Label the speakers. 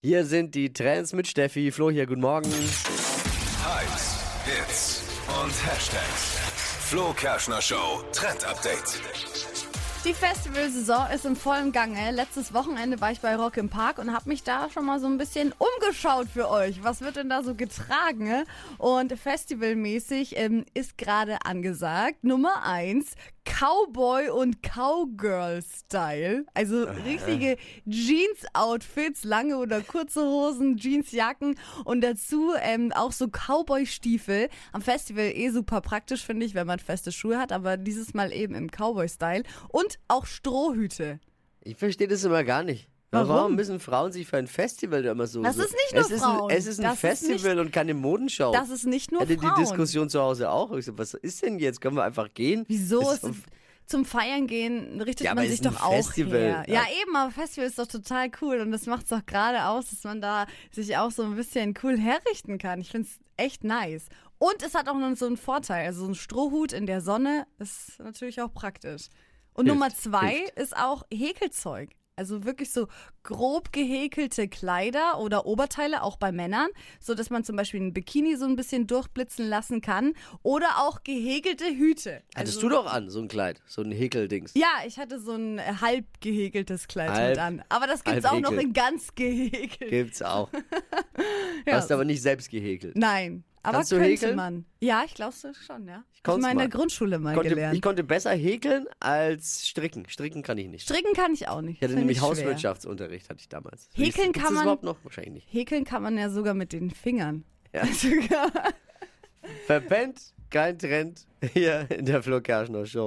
Speaker 1: Hier sind die Trends mit Steffi. Flo hier, guten Morgen.
Speaker 2: Hypes, Hits und Hashtags. Flo Kerschner Show Trend Update.
Speaker 3: Die Festivalsaison ist im vollen Gange. Letztes Wochenende war ich bei Rock im Park und habe mich da schon mal so ein bisschen umgeschaut für euch. Was wird denn da so getragen? ne? Und festivalmäßig ähm, ist gerade angesagt Nummer eins Cowboy und Cowgirl Style. Also richtige Jeans Outfits, lange oder kurze Hosen, Jeansjacken und dazu ähm, auch so Cowboy Stiefel. Am Festival eh super praktisch finde ich, wenn man feste Schuhe hat, aber dieses Mal eben im Cowboy Style und auch Strohhüte.
Speaker 1: Ich verstehe das immer gar nicht.
Speaker 3: Warum?
Speaker 1: müssen Frauen sich für ein Festival da immer so...
Speaker 3: Das
Speaker 1: so-
Speaker 3: ist nicht nur
Speaker 1: es ist
Speaker 3: Frauen.
Speaker 1: Ein, es ist ein
Speaker 3: Das ist
Speaker 1: Festival und keine Modenschau.
Speaker 3: Das ist nicht nur
Speaker 1: Ich hatte
Speaker 3: Frauen.
Speaker 1: Oh. die Diskussion zu Hause auch. Ich so, was ist denn jetzt? Können wir einfach gehen?
Speaker 3: Wieso?
Speaker 1: Ist
Speaker 3: Es ist zum Feiern gehen richtet
Speaker 1: Ja, aber
Speaker 3: man
Speaker 1: es
Speaker 3: sich
Speaker 1: ist ein
Speaker 3: doch auch
Speaker 1: Festival.
Speaker 3: her.
Speaker 1: Ja.
Speaker 3: Ja, eben, aber Festival ist doch total cool und das macht's doch gerade aus, dass man da sich auch so ein bisschen cool herrichten kann. Ich find's echt nice. Und es hat auch noch so einen Vorteil, also so ein Strohhut in der Sonne ist natürlich auch praktisch. Und
Speaker 1: Hilft,
Speaker 3: Nummer zwei
Speaker 1: hilft.
Speaker 3: ist auch Häkelzeug. Also wirklich so grob gehäkelte Kleider oder Oberteile, auch bei Männern, so dass man zum Beispiel ein Bikini so ein bisschen durchblitzen lassen kann oder auch gehäkelte Hüte.
Speaker 1: Hattest
Speaker 3: Also-
Speaker 1: du doch an, so ein Kleid, so ein Häkeldings.
Speaker 3: ja, ich hatte so ein äh, halb gehäkeltes Kleid
Speaker 1: Halb-
Speaker 3: mit an. Aber das gibt's
Speaker 1: halb
Speaker 3: auch noch
Speaker 1: häkel.
Speaker 3: in ganz gehäkelt.
Speaker 1: Gibt's auch.
Speaker 3: Ja.
Speaker 1: Hast aber nicht selbst gehäkelt.
Speaker 3: Nein, aber
Speaker 1: Kannst du
Speaker 3: könnte
Speaker 1: häkeln?
Speaker 3: man. Ja, ich glaube schon, ja. Ich
Speaker 1: konnt's
Speaker 3: habe mal in
Speaker 1: mal.
Speaker 3: der Grundschule mal
Speaker 1: Konnte,
Speaker 3: gelernt.
Speaker 1: ich konnte besser häkeln als stricken. Stricken kann ich nicht.
Speaker 3: Stricken kann ich auch nicht.
Speaker 1: Ich hatte
Speaker 3: Find
Speaker 1: nämlich
Speaker 3: schwer.
Speaker 1: Hauswirtschaftsunterricht, hatte ich damals.
Speaker 3: Häkeln
Speaker 1: Gibt's- gibt's
Speaker 3: kann
Speaker 1: das
Speaker 3: man-
Speaker 1: überhaupt noch? Wahrscheinlich nicht.
Speaker 3: Häkeln kann man ja sogar mit den Fingern.
Speaker 1: Ja.
Speaker 3: Also,
Speaker 1: Verpennt, kein Trend hier in der Flo Kerschner Show.